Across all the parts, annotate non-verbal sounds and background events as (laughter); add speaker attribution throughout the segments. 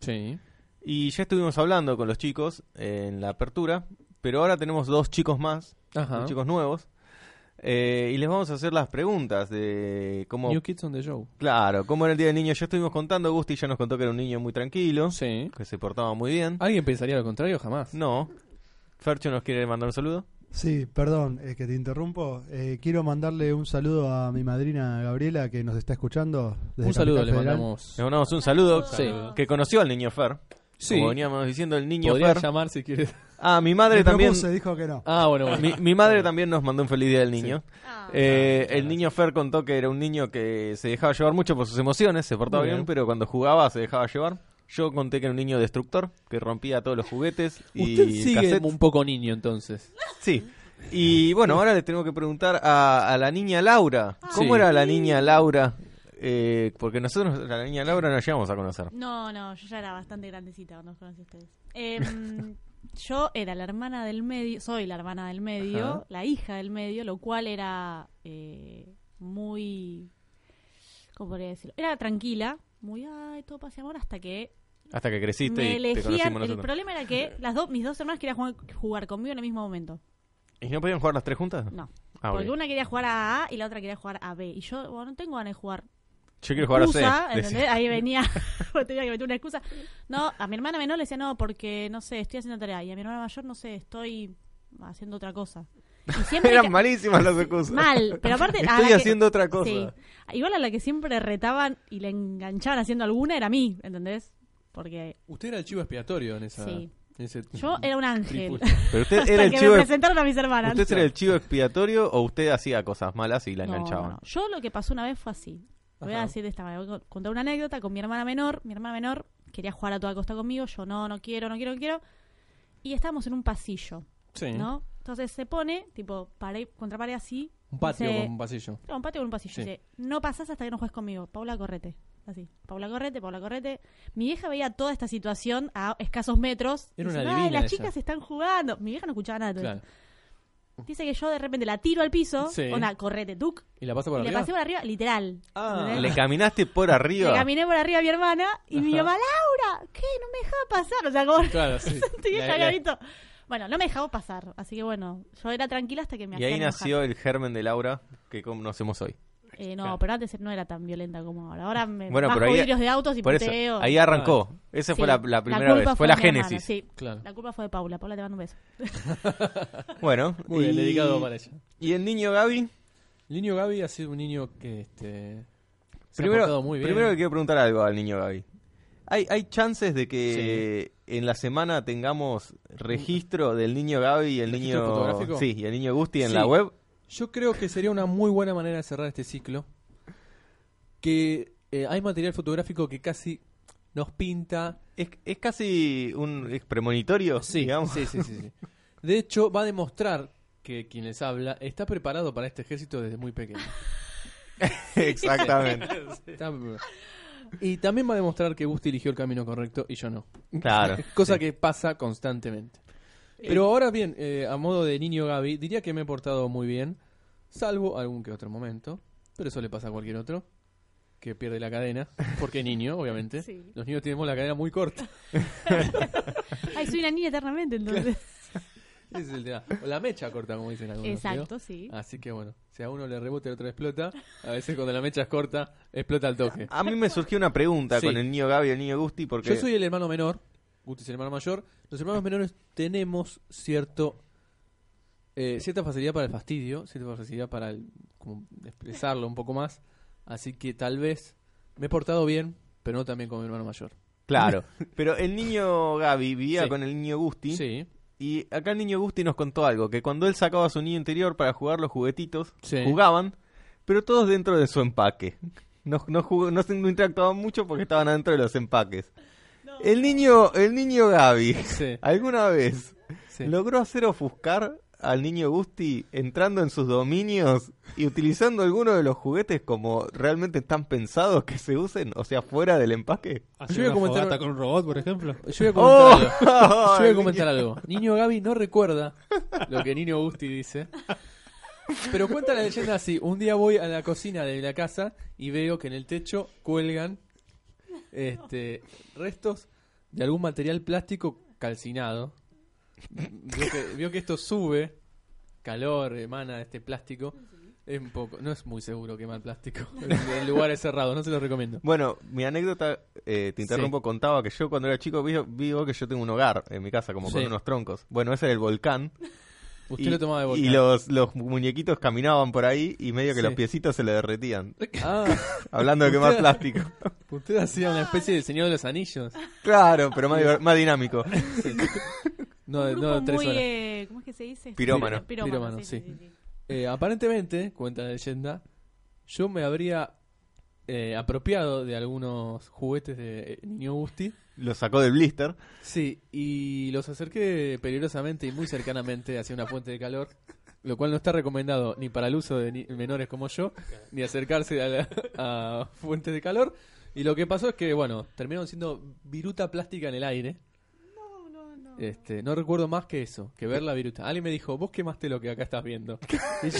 Speaker 1: Sí.
Speaker 2: Y ya estuvimos hablando con los chicos eh, en la apertura, pero ahora tenemos dos chicos más,
Speaker 1: Ajá.
Speaker 2: dos chicos nuevos, eh, y les vamos a hacer las preguntas de cómo...
Speaker 1: New Kids on the Show.
Speaker 2: Claro, cómo era el Día del Niño, ya estuvimos contando, Gusti ya nos contó que era un niño muy tranquilo,
Speaker 1: Sí. Ah.
Speaker 2: que se portaba muy bien.
Speaker 1: ¿Alguien pensaría lo contrario? Jamás.
Speaker 2: No. Fercho nos quiere mandar un saludo.
Speaker 3: Sí, perdón eh, que te interrumpo. Eh, quiero mandarle un saludo a mi madrina Gabriela que nos está escuchando. desde
Speaker 1: Un saludo
Speaker 3: Capital
Speaker 1: le
Speaker 3: Federal.
Speaker 1: mandamos.
Speaker 2: Le mandamos un saludo
Speaker 4: Sí.
Speaker 2: que conoció al niño Fer.
Speaker 1: Sí.
Speaker 2: Como veníamos diciendo, el niño
Speaker 1: Podría
Speaker 2: Fer.
Speaker 1: llamar si quieres.
Speaker 2: Ah, mi
Speaker 3: Me
Speaker 2: madre también.
Speaker 3: propuse, dijo que no.
Speaker 1: (laughs) Ah, bueno, bueno.
Speaker 2: Mi, mi madre también nos mandó un feliz día del niño.
Speaker 4: Ah.
Speaker 2: Eh, el niño Fer contó que era un niño que se dejaba llevar mucho por sus emociones, se portaba
Speaker 1: Muy
Speaker 2: bien,
Speaker 1: bien.
Speaker 2: pero cuando jugaba se dejaba llevar. Yo conté que era un niño destructor, que rompía todos los juguetes y
Speaker 1: Usted sigue
Speaker 2: cassettes.
Speaker 1: un poco niño entonces.
Speaker 2: Sí. Y bueno, ahora le tengo que preguntar a, a la niña Laura.
Speaker 4: Ah.
Speaker 1: Sí.
Speaker 2: ¿Cómo era la niña Laura? Eh, porque nosotros, a la niña Laura, no llegamos a conocer.
Speaker 4: No, no, yo ya era bastante grandecita cuando los conocí a ustedes. Em, (laughs) yo era la hermana del medio, soy la hermana del medio,
Speaker 1: Ajá.
Speaker 4: la hija del medio, lo cual era eh, muy. ¿Cómo podría decirlo? Era tranquila, muy, ay, todo pase amor, hasta que
Speaker 2: Hasta que creciste
Speaker 4: me
Speaker 2: y te conocimos
Speaker 4: elegían. El
Speaker 2: nosotros.
Speaker 4: problema era
Speaker 2: (laughs)
Speaker 4: que las dos, mis dos hermanas querían jugar, jugar conmigo en el mismo momento.
Speaker 2: ¿Y no podían jugar las tres juntas?
Speaker 4: No.
Speaker 2: Ah,
Speaker 4: porque
Speaker 2: ok.
Speaker 4: una quería jugar a A y la otra quería jugar a B. Y yo, bueno, no tengo ganas de jugar
Speaker 2: Yo quiero jugar a C.
Speaker 4: excusa,
Speaker 2: decía.
Speaker 4: ¿entendés? Ahí venía, (laughs) tenía que meter una excusa. No, a mi hermana menor le decía, no, porque, no sé, estoy haciendo tarea. Y a mi hermana mayor, no sé, estoy haciendo otra cosa.
Speaker 2: (laughs)
Speaker 4: Y
Speaker 2: (laughs)
Speaker 4: siempre
Speaker 2: Eran
Speaker 4: que-
Speaker 2: malísimas las excusas.
Speaker 4: mal, pero aparte... a
Speaker 2: Estoy
Speaker 4: la que-
Speaker 2: haciendo otra cosa.
Speaker 4: Sí. Igual a la que siempre retaban y le enganchaban haciendo alguna era a mí, ¿entendés? Porque
Speaker 1: Usted era el chivo expiatorio en esa.
Speaker 4: Sí.
Speaker 1: en ese-
Speaker 2: (laughs)
Speaker 4: yo era un (laughs) ángel.
Speaker 1: Tripudio.
Speaker 2: Pero usted
Speaker 4: Hasta
Speaker 2: era el
Speaker 4: que
Speaker 2: chivo.
Speaker 4: me presentaron a mis hermanas.
Speaker 2: ¿Usted era el chivo expiatorio o usted hacía cosas malas y la
Speaker 4: No,
Speaker 2: enganchaban?
Speaker 4: no, no. Yo lo que pasó una vez fue así. Lo Voy a
Speaker 1: Ajá.
Speaker 4: decir de esta manera. Voy a contar una anécdota con mi hermana menor. Mi hermana menor quería jugar a toda costa conmigo. Yo no, no quiero, no quiero, no quiero. Y estábamos en un pasillo,
Speaker 1: Sí.
Speaker 4: ¿no? Entonces se pone, tipo, pared, contra pared así.
Speaker 1: Un patio
Speaker 4: Dice-
Speaker 1: con un pasillo.
Speaker 4: No, un patio con un pasillo.
Speaker 1: Sí.
Speaker 4: Dice, no pasas hasta que no juegues conmigo. Paula Correte. Así. Paula Correte, Paula Correte. Mi vieja veía toda esta situación a escasos metros.
Speaker 1: Era
Speaker 4: Dice,
Speaker 1: una
Speaker 4: "Ay,
Speaker 1: adivina
Speaker 4: las
Speaker 1: ella".
Speaker 4: chicas están jugando. Mi vieja no escuchaba nada de todo
Speaker 1: Claro.
Speaker 4: eso. Dice que yo de repente la tiro al piso.
Speaker 1: Sí.
Speaker 4: Onda, correte, tuc.
Speaker 1: ¿Y la pasa por
Speaker 4: y le
Speaker 1: arriba?
Speaker 4: pasé por arriba, literal.
Speaker 1: Ah.
Speaker 4: ¿entendés?
Speaker 2: ¿Le caminaste por arriba?
Speaker 4: Le caminé por arriba a mi hermana y mi
Speaker 1: Ajá.
Speaker 4: mamá, Laura, ¿qué? No me dejaba pasar. O sea, como (laughs)
Speaker 1: Claro, sí.
Speaker 4: estoy
Speaker 1: La- la-
Speaker 4: cagadito. Bueno, no me dejaba pasar. Así que bueno, yo era tranquila hasta que me
Speaker 2: y ahí
Speaker 4: hacían enojar.
Speaker 2: nació el germen de Laura que conocemos hoy.
Speaker 4: Eh, no, pero antes no era tan violenta como ahora. Ahora me
Speaker 2: Bueno,
Speaker 4: bajo
Speaker 2: pero ahí-
Speaker 4: vidrios de autos y
Speaker 2: Por eso,
Speaker 4: puteo.
Speaker 2: ahí arrancó. Esa
Speaker 4: Sí,
Speaker 2: fue la, la primera
Speaker 4: culpa
Speaker 2: vez, fue la
Speaker 4: de mi hermana,
Speaker 2: génesis.
Speaker 4: sí.
Speaker 1: Claro.
Speaker 4: La culpa fue de Paula. Paula, te mando un beso.
Speaker 2: Bueno,
Speaker 1: Muy bien,
Speaker 2: y-
Speaker 1: dedicado para ella.
Speaker 2: ¿Y el niño Gaby?
Speaker 1: El niño Gaby ha sido un niño que este, se ha
Speaker 2: Primero,
Speaker 1: portado muy bien.
Speaker 2: primero que quiero preguntar algo al niño Gaby. ¿Hay, hay chances de que en la semana tengamos registro del niño Gaby y el
Speaker 1: ¿Registro
Speaker 2: niño
Speaker 1: fotográfico?
Speaker 2: sí, y el niño Gusti en
Speaker 1: Sí.
Speaker 2: la web?
Speaker 1: Yo creo que sería una muy buena manera de cerrar este ciclo. Que eh, hay material fotográfico que casi nos pinta.
Speaker 2: Es, es casi un es premonitorio,
Speaker 1: (laughs)
Speaker 2: digamos.
Speaker 1: sí, sí, sí, sí. De hecho, va a demostrar que quien les habla está preparado para este ejército desde muy pequeño.
Speaker 4: (laughs)
Speaker 2: Exactamente.
Speaker 1: Está preparado. Y también va a demostrar que Gusti eligió el camino correcto y yo no.
Speaker 2: Claro.
Speaker 1: (laughs) Cosa que pasa constantemente. Pero ahora bien, eh, a modo de niño Gaby, diría que me he portado muy bien, salvo algún que otro momento, pero eso le pasa a cualquier otro, que pierde la cadena, porque
Speaker 4: (laughs)
Speaker 1: niño, obviamente.
Speaker 4: Sí.
Speaker 1: Los niños tenemos la cadena muy corta. (laughs)
Speaker 4: Ay, soy una niña eternamente, entonces.
Speaker 2: (laughs)
Speaker 1: Ese es el tema. O la mecha corta, como dicen algunos.
Speaker 4: Exacto,
Speaker 1: ¿no?
Speaker 4: sí.
Speaker 2: Ah,
Speaker 1: Así que bueno, si a uno le rebota y al otro explota, a veces cuando la mecha es corta, explota al toque.
Speaker 2: A mí me surgió una pregunta
Speaker 1: Sí.
Speaker 2: con el niño Gaby y el niño Gusti porque
Speaker 1: Yo soy el hermano menor, Guti es el hermano mayor. Los hermanos menores tenemos cierto eh, cierta facilidad para el fastidio, cierta facilidad para el- como expresarlo un poco más. Así que tal vez me he portado bien, pero no también con mi hermano mayor. (laughs)
Speaker 2: Claro. Pero el niño Gaby vivía
Speaker 1: Sí.
Speaker 2: con el niño Gusti.
Speaker 1: Sí,
Speaker 2: Y acá el niño Gusti nos contó algo, que cuando él sacaba a su niño interior para jugar los juguetitos,
Speaker 1: Sí.
Speaker 2: jugaban, pero todos dentro de su empaque. No, no, jugó- no se- no interactuaban mucho porque estaban adentro de los empaques. El niño, el niño Gaby,
Speaker 1: Sí.
Speaker 2: (laughs) alguna vez
Speaker 1: sí.
Speaker 2: logró hacer ofuscar al niño Gusti entrando en sus dominios y utilizando alguno de los juguetes como realmente están pensados que se usen, o sea, fuera del empaque.
Speaker 1: Yo voy
Speaker 5: Hacer
Speaker 1: a
Speaker 5: una
Speaker 1: comentar-
Speaker 5: fogata con un robot, por ejemplo.
Speaker 1: Yo voy a comentar algo.
Speaker 2: (laughs) ¡Oh!
Speaker 1: Yo voy a comentar algo. Niño Gaby no recuerda lo que Niño Gusti dice. Pero cuenta la leyenda así. Un día voy a la cocina de la casa y veo que en el techo cuelgan este, restos de algún material plástico calcinado. Vio que, vio que esto sube, calor emana de este plástico. Es un poco, no es muy seguro quemar plástico en, en lugares cerrados, no se lo recomiendo.
Speaker 2: Bueno, mi anécdota, eh, te interrumpo, contaba que yo cuando era chico vi, vi vos que yo tengo un hogar en mi casa, como con
Speaker 1: Sí.
Speaker 2: unos troncos. Bueno, ese era el volcán.
Speaker 1: Usted
Speaker 2: y,
Speaker 1: lo tomaba de
Speaker 2: Y
Speaker 1: volcán.
Speaker 2: los, los muñequitos caminaban por ahí y medio que
Speaker 1: Sí.
Speaker 2: los piecitos se le derretían.
Speaker 1: Ah, (laughs)
Speaker 2: Hablando de quemar
Speaker 1: Usted-
Speaker 2: plástico.
Speaker 1: usted hacía una especie de señor de los anillos.
Speaker 2: Claro, pero más, diver- más dinámico.
Speaker 1: No, de-
Speaker 4: Un
Speaker 1: no de
Speaker 4: grupo
Speaker 1: tres
Speaker 4: muy,
Speaker 1: horas.
Speaker 4: eh, ¿Cómo es que se dice?
Speaker 2: Pirómano.
Speaker 1: Pirómano,
Speaker 4: sí,
Speaker 1: sí. Eh, aparentemente, cuenta la leyenda, yo me habría eh, apropiado de algunos juguetes de eh, Niño Gusti.
Speaker 2: Lo sacó del blister.
Speaker 1: Sí, y los acerqué peligrosamente y muy cercanamente hacia una fuente de calor, lo cual no está recomendado ni para el uso de ni- menores como yo, ni acercarse a, la- a fuentes de calor. Y lo que pasó es que, bueno, terminaron siendo viruta plástica en el aire.
Speaker 4: No, no, no.
Speaker 1: Este, no recuerdo más que eso, que ver la viruta. Alguien me dijo, vos quemaste lo que acá estás (laughs) viendo. Y yo,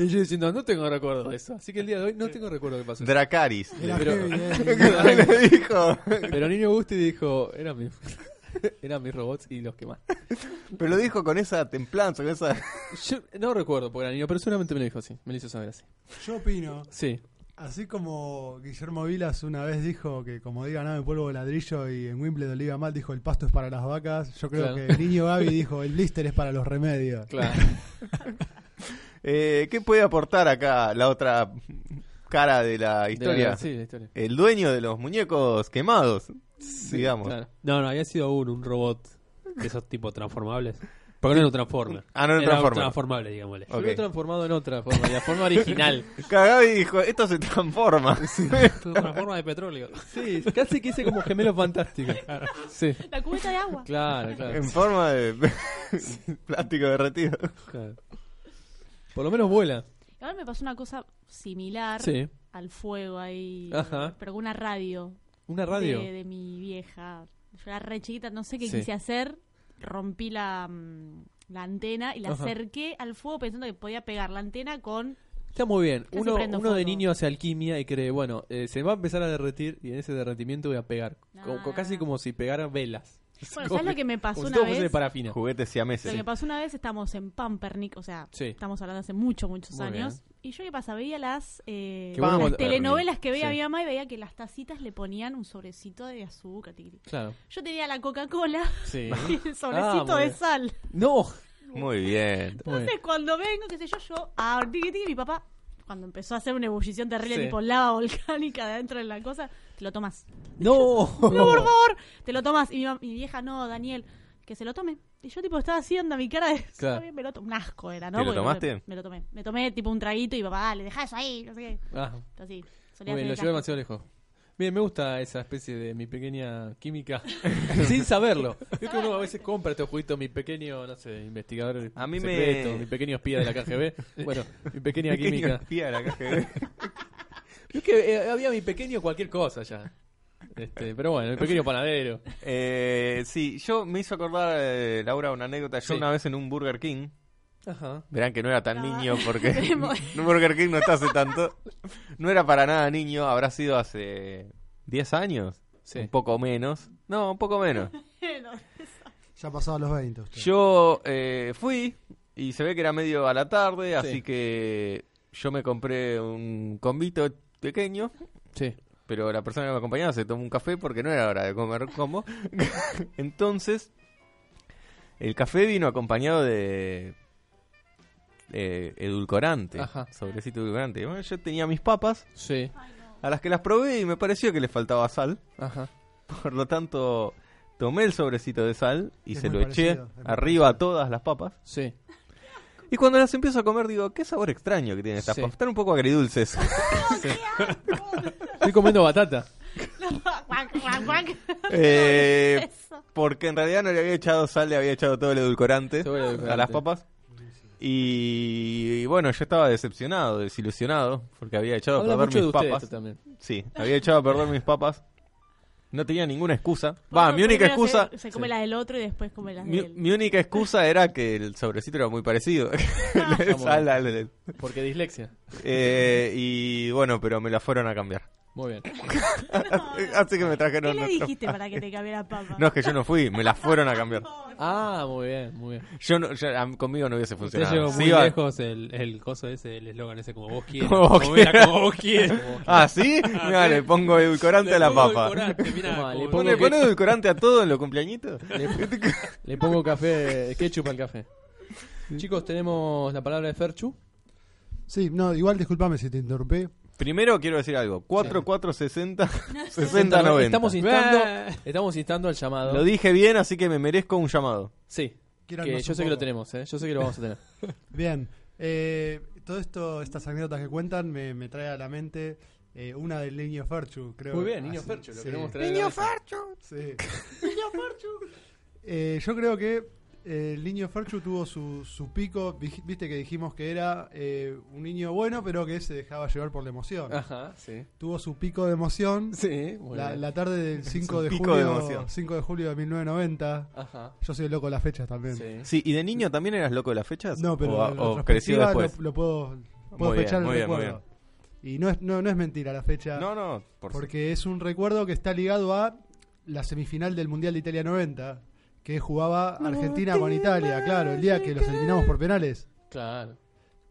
Speaker 1: y yo diciendo, no tengo recuerdo de eso. Así que el día de hoy no tengo recuerdo de qué pasó. (laughs)
Speaker 2: Dracaris.
Speaker 3: Era
Speaker 1: Pero-
Speaker 3: heavy, eh.
Speaker 1: (laughs)
Speaker 2: (laughs) Le dijo.
Speaker 1: Pero Niño Gusti dijo, eran mis, (laughs) eran mis robots y los quemaste.
Speaker 2: Pero lo dijo con esa templanza, con esa...
Speaker 1: Yo no recuerdo porque era niño, pero seguramente me lo dijo así. Me lo hizo saber así.
Speaker 3: Yo opino,
Speaker 1: Sí.
Speaker 3: así como Guillermo Vilas una vez dijo que como diga nada me polvo de ladrillo y en Wimbledon le iba mal, dijo el pasto es para las vacas, yo creo
Speaker 1: Claro.
Speaker 3: que el niño Gaby dijo el blister es para
Speaker 1: (laughs)
Speaker 3: los remedios.
Speaker 1: Claro.
Speaker 2: Eh, ¿Qué puede aportar acá la otra cara de la historia?
Speaker 1: sí, la historia.
Speaker 2: El dueño de los muñecos quemados, digamos.
Speaker 1: Claro.
Speaker 5: No, no, había sido uno, un robot de esos
Speaker 1: (laughs)
Speaker 5: tipos transformables. Porque no era un transformer.
Speaker 2: Ah, no era un
Speaker 5: Era
Speaker 2: transformer.
Speaker 5: transformable, digámosle.
Speaker 1: Yo
Speaker 2: Ok.
Speaker 1: lo he transformado en otra forma, la forma (laughs) original.
Speaker 2: Cagá y dijo, esto
Speaker 1: (laughs)
Speaker 2: se transforma. (laughs)
Speaker 5: Transforma de petróleo.
Speaker 1: Sí, casi que hice como gemelos fantásticos. Sí.
Speaker 4: La cubeta
Speaker 2: (laughs)
Speaker 4: de agua.
Speaker 1: Claro, claro.
Speaker 2: en forma de plástico derretido.
Speaker 1: Por lo menos vuela.
Speaker 4: Ahora me pasó una cosa similar
Speaker 1: Sí.
Speaker 4: al fuego ahí,
Speaker 1: Ajá.
Speaker 4: pero con una radio.
Speaker 1: Una radio.
Speaker 4: De, de mi vieja. Yo era re chiquita, no sé qué
Speaker 1: Sí.
Speaker 4: quise hacer. Rompí la, mm, la antena y la
Speaker 1: Ajá.
Speaker 4: acerqué al fuego pensando que podía pegar la antena
Speaker 1: (laughs)
Speaker 4: con...
Speaker 1: Está muy bien.
Speaker 4: Casi
Speaker 1: Uno,
Speaker 4: prendo
Speaker 1: uno de
Speaker 4: fuego.
Speaker 1: niño hace alquimia y cree, bueno, eh, se va a empezar a derretir y en ese derretimiento voy a pegar. Co-
Speaker 4: No,
Speaker 1: co-
Speaker 4: no,
Speaker 1: casi
Speaker 4: no.
Speaker 1: como si pegara velas.
Speaker 4: Bueno, ¿sabes lo que me Ah. pasó
Speaker 1: Como si
Speaker 4: una
Speaker 1: todo fuese de
Speaker 4: vez?
Speaker 1: parafina.
Speaker 2: Juguetes siameses.
Speaker 4: Lo que me pasó una vez, estamos en Pampernick, o sea,
Speaker 1: Sí.
Speaker 4: estamos hablando hace muchos, muchos
Speaker 1: Muy
Speaker 4: años. Y yo, ¿qué pasa? Veía las, eh,
Speaker 1: Qué bueno
Speaker 4: las
Speaker 1: cuando-
Speaker 4: telenovelas que veía
Speaker 1: ah, Sí.
Speaker 4: mi mamá y veía que las tacitas le ponían un sobrecito de azúcar. tiquití.
Speaker 1: Claro.
Speaker 4: Yo tenía la Coca-Cola
Speaker 1: Sí.
Speaker 4: y el sobrecito
Speaker 1: muy
Speaker 4: de
Speaker 1: bien.
Speaker 4: sal.
Speaker 1: (laughs) no.
Speaker 2: Muy bien.
Speaker 1: Muy bien.
Speaker 4: Entonces, cuando vengo, qué sé yo, yo a mi papá, cuando empezó a hacer una ebullición terrible,
Speaker 1: Sí.
Speaker 4: tipo lava volcánica de adentro de la cosa, te lo tomas.
Speaker 1: No.
Speaker 4: (laughs) No, por favor, te lo tomas. Y mi, mam- mi vieja, no, Daniel, que se lo tome. Y yo, tipo, estaba haciendo a mi cara de. "Está
Speaker 1: Claro.
Speaker 4: bien, me lo to-". Un asco era, ¿no?
Speaker 2: ¿Te lo
Speaker 4: Porque no
Speaker 2: tomaste?
Speaker 4: Me, me lo tomé. Me tomé, tipo, un traguito y papá, le dejá eso ahí, no sé qué.
Speaker 1: Ah,
Speaker 4: Entonces, sí, solía
Speaker 1: muy bien, lo llevé
Speaker 4: hacer el asco.
Speaker 1: demasiado lejos. Bien, me gusta esa especie de mi pequeña
Speaker 2: (laughs)
Speaker 1: química sin saberlo. Es que uno a veces compra estos juguitos, mi pequeño, no sé, investigador
Speaker 2: A mí me-
Speaker 1: secreto, mi pequeño espía de la KGB. Bueno, mi
Speaker 2: (laughs)
Speaker 1: pequeña química.
Speaker 2: espía la
Speaker 1: (laughs)
Speaker 2: caja de-
Speaker 1: Es que eh, había mi pequeño cualquier cosa ya. Este, pero bueno, mi pequeño panadero.
Speaker 2: Eh, sí, yo me hizo acordar, eh, Laura, una anécdota. Yo
Speaker 1: Sí.
Speaker 2: una vez en un Burger King,
Speaker 1: Ajá.
Speaker 2: verán que no era tan
Speaker 4: No.
Speaker 2: niño porque (laughs)
Speaker 4: Vemos.
Speaker 2: un Burger King no está hace tanto. No era para nada niño, habrá sido hace 10 años,
Speaker 1: Sí.
Speaker 2: un poco menos. No, un poco menos.
Speaker 3: Ya pasaba los 20. usted.
Speaker 2: Yo eh, fui y se ve que era medio a la tarde, así
Speaker 1: Sí.
Speaker 2: que yo me compré un combito pequeño.
Speaker 1: Sí.
Speaker 2: pero la persona que me acompañaba se tomó un café porque no era hora de comer como. (laughs) Entonces, el café vino acompañado de eh, edulcorante,
Speaker 1: Ajá.
Speaker 2: sobrecito de edulcorante. Bueno, yo tenía mis papas,
Speaker 1: Sí.
Speaker 2: a las que las probé y me pareció que le faltaba sal. (laughs)
Speaker 1: Ajá.
Speaker 2: Por lo tanto, tomé el sobrecito de sal y
Speaker 3: Es
Speaker 2: se
Speaker 3: muy
Speaker 2: lo eché
Speaker 3: parecido, es muy
Speaker 2: arriba a
Speaker 3: parecido.
Speaker 2: todas las papas.
Speaker 1: Sí.
Speaker 2: Y cuando las empiezo a comer digo, qué sabor extraño que tienen estas
Speaker 1: Sí.
Speaker 2: papas. Están un poco
Speaker 3: (laughs)
Speaker 2: agridulces.
Speaker 1: Estoy comiendo batata.
Speaker 4: Guac, guac, guac.
Speaker 2: Eh,
Speaker 4: Eso.
Speaker 2: Porque en realidad no le había echado sal, le había echado todo el edulcorante,
Speaker 1: Todo el edulcorante.
Speaker 2: a las papas. Y, y bueno, yo estaba decepcionado, desilusionado, porque había echado
Speaker 1: Habla
Speaker 2: a
Speaker 1: mucho de
Speaker 2: perder mis
Speaker 1: usted esto
Speaker 2: papas.
Speaker 1: también.
Speaker 2: Sí, había echado a perder mis papas. No tenía ninguna excusa.
Speaker 4: Por
Speaker 2: Va,
Speaker 4: eso
Speaker 2: mi única
Speaker 4: primero se-
Speaker 2: excusa.
Speaker 4: Se, come la del otro y después come la
Speaker 2: Mi,
Speaker 4: del... Ah,
Speaker 2: mi única excusa era que el sobrecito era muy (laughs) parecido. Le
Speaker 1: Está
Speaker 2: sal
Speaker 1: bueno.
Speaker 2: al- al-
Speaker 1: Porque dislexia.
Speaker 2: eh, y bueno, pero me la fueron a cambiar.
Speaker 1: Muy bien.
Speaker 4: No, no.
Speaker 2: (laughs) Así que me trajeron
Speaker 4: Ah. ¿Qué le
Speaker 2: otro.
Speaker 4: dijiste para que te cambie la papa? Oh,
Speaker 2: No, es que yo no fui, me la fueron a cambiar.
Speaker 1: Ah, muy bien, muy bien.
Speaker 2: Yo no, yo- a- conmigo no hubiese
Speaker 5: Usted llegó
Speaker 2: funcionado.
Speaker 5: muy
Speaker 2: Sí, va-
Speaker 5: lejos el, el coso ese, el eslogan ese,
Speaker 1: (laughs)
Speaker 5: como vos
Speaker 2: (laughs)
Speaker 5: quieras.
Speaker 2: Como vos
Speaker 5: Como vos quieras. Como vos quieras.
Speaker 2: (laughs) Ah, ¿sí? Mirá, le pongo edulcorante a la papa.
Speaker 1: Toma, le
Speaker 5: pongo
Speaker 2: ¿Pone,
Speaker 5: edulcorante, mirá, como-
Speaker 2: pone edulcorante a todos los cumpleañitos?
Speaker 1: Le, le pongo café, ketchup al café. Chicos, tenemos la palabra de Ferchu.
Speaker 3: Sí, no, igual discúlpame si te interrumpí.
Speaker 2: Primero quiero decir algo. 4460 6090.
Speaker 1: Estamos instando,
Speaker 5: Bah.
Speaker 1: estamos instando al llamado.
Speaker 2: Lo dije bien, así que me merezco un llamado.
Speaker 1: Sí.
Speaker 3: Quiero
Speaker 1: que
Speaker 3: irnos
Speaker 1: yo
Speaker 3: un
Speaker 1: sé que lo
Speaker 3: poco.
Speaker 1: tenemos, ¿eh? yo sé que lo vamos a tener.
Speaker 3: Bien, eh, todo esto, estas anécdotas que cuentan, me, me trae a la mente eh, una del niño Ferchu, creo.
Speaker 1: Muy bien, niño
Speaker 3: Así-
Speaker 1: Ferchu, lo
Speaker 3: sí,
Speaker 1: queremos traer. Niño Ferchu.
Speaker 3: sí. Eh, yo creo que eh, el niño Ferchu tuvo su, su pico, Vij- viste que dijimos que era eh, un niño bueno, pero que se dejaba llevar por la emoción.
Speaker 1: Ajá, sí.
Speaker 3: Tuvo su pico de emoción
Speaker 1: Sí, muy
Speaker 3: la,
Speaker 1: bien.
Speaker 3: la
Speaker 1: (laughs)
Speaker 3: tarde del 5 de,
Speaker 2: pico de
Speaker 3: julio,
Speaker 2: emoción.
Speaker 3: 5 de julio de 1990.
Speaker 1: Ajá.
Speaker 3: Yo soy loco de las fechas también.
Speaker 1: Sí.
Speaker 2: Sí, ¿y de niño también eras loco de las fechas?
Speaker 3: No, pero
Speaker 2: ¿O,
Speaker 3: en
Speaker 2: o creció
Speaker 3: retrospectiva
Speaker 2: después?
Speaker 3: Lo, lo puedo, puedo
Speaker 2: Muy bien,
Speaker 3: fechar
Speaker 2: muy
Speaker 3: el
Speaker 2: bien, muy
Speaker 3: recuerdo. Y no es, no, no es mentira la fecha,
Speaker 2: No, no, por
Speaker 3: porque es un recuerdo que está ligado a la semifinal del Mundial de Italia 90, que jugaba Argentina con Italia, claro, el día que los eliminamos por penales.
Speaker 1: Claro.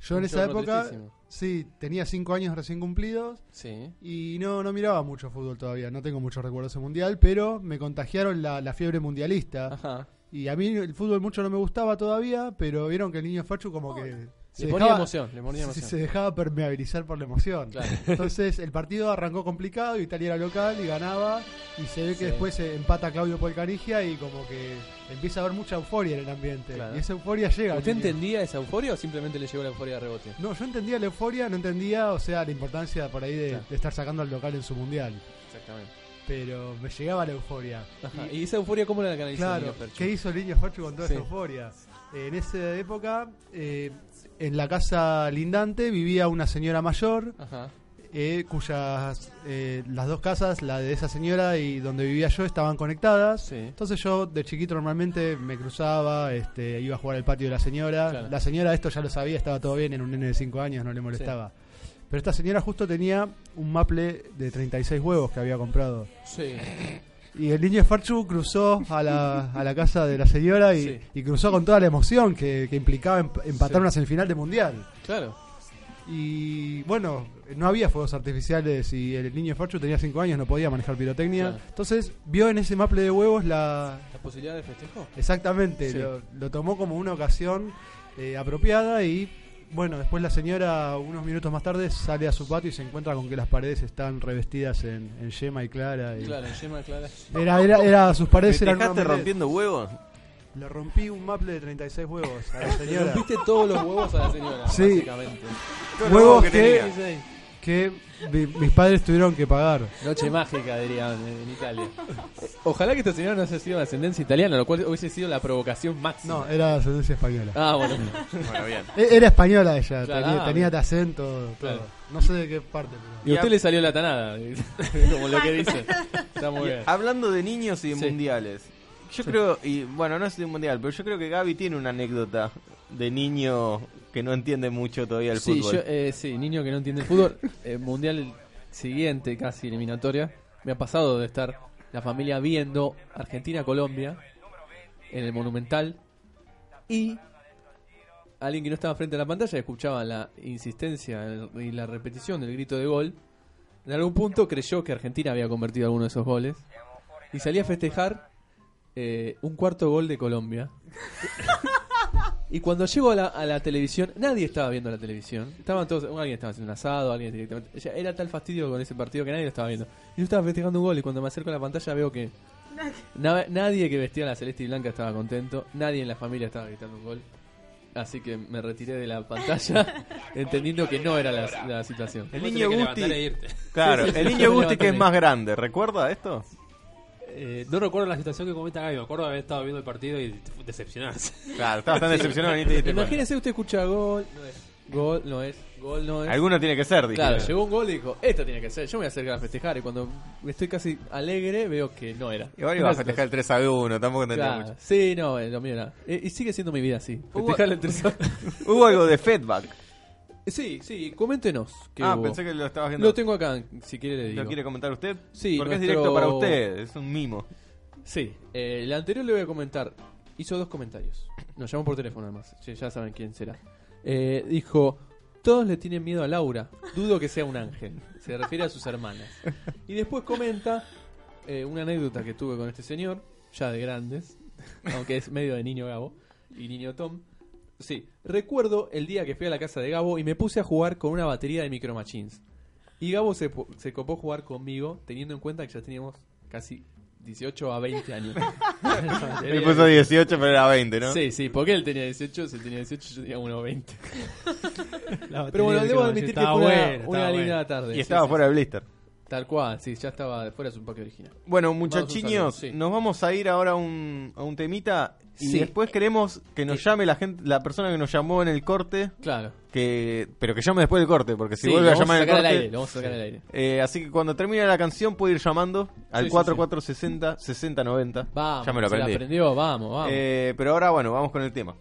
Speaker 3: Yo en
Speaker 1: Un
Speaker 3: esa
Speaker 1: chorro
Speaker 3: época,
Speaker 1: tristísimo.
Speaker 3: sí, tenía 5 años recién cumplidos
Speaker 1: Sí.
Speaker 3: y no, no miraba mucho fútbol todavía, no tengo muchos recuerdos de ese Mundial, pero me contagiaron la, la fiebre mundialista.
Speaker 2: Ah.
Speaker 1: Ajá.
Speaker 3: Y a mí el fútbol mucho no me gustaba todavía, pero vieron que el niño Fachu como que...
Speaker 1: Le ponía emoción, le ponía
Speaker 3: se-
Speaker 1: emoción.
Speaker 3: se dejaba permeabilizar por la emoción.
Speaker 1: Claro.
Speaker 3: (laughs) Entonces el partido arrancó complicado, Italia era local y ganaba, y se ve que
Speaker 1: Sí.
Speaker 3: después eh, empata Claudio Polcanigia y como que empieza a haber mucha euforia en el ambiente.
Speaker 1: Claro.
Speaker 3: Y esa euforia llega. al
Speaker 1: ¿Usted
Speaker 3: niño.
Speaker 1: entendía esa euforia o simplemente le llegó la euforia de rebote?
Speaker 3: No, yo entendía la euforia, no entendía, o sea, la importancia por ahí de,
Speaker 1: Claro.
Speaker 3: de estar sacando al local en su mundial.
Speaker 1: Exactamente.
Speaker 3: Pero me llegaba la euforia.
Speaker 1: Ajá. ¿Y esa euforia cómo la canalizó el
Speaker 3: Claro,
Speaker 1: niño Ferchu?
Speaker 3: ¿qué hizo el niño Ferchu con toda
Speaker 1: Sí.
Speaker 3: esa euforia? En esa época, eh, en la casa lindante vivía una señora mayor,
Speaker 1: Ajá.
Speaker 3: eh, cuyas eh, las dos casas, la de esa señora y donde vivía yo, estaban conectadas.
Speaker 1: Sí.
Speaker 3: Entonces yo de chiquito normalmente me cruzaba, este, iba a jugar al patio de la señora.
Speaker 1: Claro.
Speaker 3: La señora esto ya lo sabía, estaba todo bien, en un nene de 5 años no le molestaba. Pero esta señora justo tenía un maple de 36 huevos que había comprado.
Speaker 1: Sí.
Speaker 3: Y el niño Farchu cruzó a la, a la casa de la señora y,
Speaker 1: Sí.
Speaker 3: y cruzó con toda la emoción que, que implicaba emp- empatar
Speaker 1: Sí.
Speaker 3: una semifinal de mundial.
Speaker 1: Claro.
Speaker 3: Y bueno, no había fuegos artificiales y el niño Farchu tenía 5 años, no podía manejar pirotecnia.
Speaker 1: Claro.
Speaker 3: Entonces vio en ese maple de huevos la.
Speaker 1: ¿La posibilidad de festejo?
Speaker 3: Exactamente,
Speaker 1: Sí.
Speaker 3: lo, lo tomó como una ocasión eh, apropiada y. Bueno, después la señora, unos minutos más tarde, sale a su patio y se encuentra con que las paredes están revestidas en, en yema y clara. y-
Speaker 1: Claro, en yema clara.
Speaker 3: Era, era, era, sus
Speaker 2: ¿Me
Speaker 3: paredes eran una
Speaker 2: dejaste
Speaker 3: omelette.
Speaker 2: rompiendo huevos?
Speaker 3: Le rompí un maple de 36 huevos a la
Speaker 1: Le (laughs)
Speaker 3: señora.
Speaker 1: rompiste todos los huevos a la señora,
Speaker 3: Sí.
Speaker 1: básicamente.
Speaker 2: Todos los
Speaker 3: Huevos
Speaker 2: huevos
Speaker 3: que-
Speaker 2: tenía.
Speaker 3: que mi- mis padres tuvieron que pagar.
Speaker 1: Noche mágica, dirían en, en Italia. Ojalá que esta señora no haya sido de ascendencia italiana, lo cual hubiese sido la provocación máxima.
Speaker 3: No, era de ascendencia española.
Speaker 1: Ah,
Speaker 3: (laughs)
Speaker 1: bueno.
Speaker 2: Bueno, bien.
Speaker 3: E- Era española ella,
Speaker 1: Claro,
Speaker 3: tenía,
Speaker 1: ah,
Speaker 3: tenía de acento, todo.
Speaker 1: Claro.
Speaker 3: No sé de qué parte.
Speaker 1: Y a usted le salió la tanada, (laughs) como lo que dice. Está muy bien.
Speaker 2: Hablando de niños y de
Speaker 1: Sí.
Speaker 2: mundiales. Yo creo, y bueno, no es de un mundial, pero yo creo que Gaby tiene una anécdota de niño que no entiende mucho todavía el
Speaker 1: Sí,
Speaker 2: fútbol.
Speaker 1: yo, eh, sí, niño que no entiende el fútbol. Eh, mundial siguiente, casi eliminatoria. Me ha pasado de estar la familia viendo Argentina-Colombia en el Monumental. Y alguien que no estaba frente a la pantalla escuchaba la insistencia el- y la repetición del grito de gol. En algún punto creyó que Argentina había convertido alguno de esos goles. Y salí a festejar eh, un cuarto gol de Colombia. Y cuando llego a la, a la televisión, nadie estaba viendo la televisión. Estaban todos, alguien estaba haciendo un asado, alguien directamente. o sea, era tal fastidio con ese partido que nadie lo estaba viendo. Y yo estaba festejando un gol y cuando me acerco a la pantalla veo que na- nadie que vestía la celeste y blanca estaba contento, nadie en la familia estaba gritando un gol. Así que me retiré de la pantalla entendiendo que no era la, la situación.
Speaker 2: El
Speaker 5: Vos
Speaker 2: niño
Speaker 5: tenés que
Speaker 2: Gusti.
Speaker 5: levantar e irte.
Speaker 2: Claro,
Speaker 1: Sí, sí,
Speaker 2: el
Speaker 1: sí,
Speaker 2: niño
Speaker 1: sí,
Speaker 2: Gusti que es
Speaker 1: levántame.
Speaker 2: más grande. ¿Recuerda esto?
Speaker 5: Eh, no recuerdo la situación que comenta Gaby, me acuerdo de haber estado viendo el partido y te-
Speaker 1: (laughs)
Speaker 5: decepcionarse.
Speaker 2: Claro, estaba tan decepcionado. ni te diste cuenta.
Speaker 1: Imagínese usted escucha gol, no es, gol, no es, gol, no es.
Speaker 2: Alguno tiene que ser, dije.
Speaker 1: Claro, llegó un gol y dijo, esta tiene que ser, yo me voy a acercar a festejar y cuando estoy casi alegre veo que no era.
Speaker 2: Y ahora iba a festejar el 3 a 1, tampoco
Speaker 1: (laughs)
Speaker 2: entendía
Speaker 1: Claro,
Speaker 2: mucho.
Speaker 1: Sí, no, eh, lo mío era. eh, Y sigue siendo mi vida así.
Speaker 2: Hubo-
Speaker 1: Festejar la tercera-
Speaker 2: Hubo algo de feedback.
Speaker 1: Eh, Sí, sí, coméntenos. qué
Speaker 2: ah,
Speaker 1: hubo.
Speaker 2: pensé que lo estabas viendo.
Speaker 1: Lo tengo acá, si quiere le digo.
Speaker 2: ¿Lo quiere comentar usted?
Speaker 1: Sí,
Speaker 2: Porque es
Speaker 1: nuestro-
Speaker 2: directo para usted, es un mimo.
Speaker 1: Sí, eh, el anterior le voy a comentar. Hizo dos comentarios. Nos llamó por teléfono además. Ya- Ya saben quién será. Eh, dijo, todos le tienen miedo a Laura. Dudo que sea un ángel. Se refiere a sus hermanas. Y después comenta eh, una anécdota que tuve con este señor, ya de grandes, (laughs) aunque es medio de niño Gabo y niño Tom. Sí, recuerdo el día que fui a la casa de Gabo y me puse a jugar con una batería de Micro Machines. Y Gabo se, po- se copó jugar conmigo, teniendo en cuenta que ya teníamos casi 18 a 20 años. (laughs)
Speaker 2: Me puso 18, pero era 20, ¿no?
Speaker 1: Sí, sí, porque él tenía 18, si él tenía 18, yo tenía 1.20.
Speaker 5: La
Speaker 1: Pero bueno,
Speaker 5: batería
Speaker 1: debo
Speaker 5: de
Speaker 1: admitir que
Speaker 5: Estaba
Speaker 1: fue una,
Speaker 5: bueno,
Speaker 1: una
Speaker 5: estaba
Speaker 1: linda
Speaker 5: bueno.
Speaker 1: tarde.
Speaker 2: Y
Speaker 1: sí,
Speaker 2: estaba
Speaker 1: sí,
Speaker 2: fuera de blister.
Speaker 1: sí. Tal cual, sí, ya estaba fuera de su empaque original.
Speaker 2: Bueno,
Speaker 1: Vamos a un saludo,
Speaker 2: muchachiños,
Speaker 1: sí.
Speaker 2: nos vamos a ir ahora a un, a un temita y
Speaker 1: Sí. Eh.
Speaker 2: después queremos que nos llame la gente, la persona que nos llamó en el corte,
Speaker 1: Claro.
Speaker 2: que pero que llame después del corte, porque si
Speaker 1: Sí,
Speaker 2: vuelve a
Speaker 1: lo vamos
Speaker 2: llamar en el
Speaker 1: sacar al
Speaker 2: corte.
Speaker 1: aire, lo vamos a sacar al aire.
Speaker 2: eh, así que cuando termine la canción puede ir llamando al
Speaker 1: Sí, sí,
Speaker 2: 4460 6090.
Speaker 1: Vamos,
Speaker 2: ya me lo
Speaker 1: se la
Speaker 2: aprendí.
Speaker 1: aprendió, vamos, vamos.
Speaker 2: Eh, pero ahora Eh, bueno, vamos con el tema.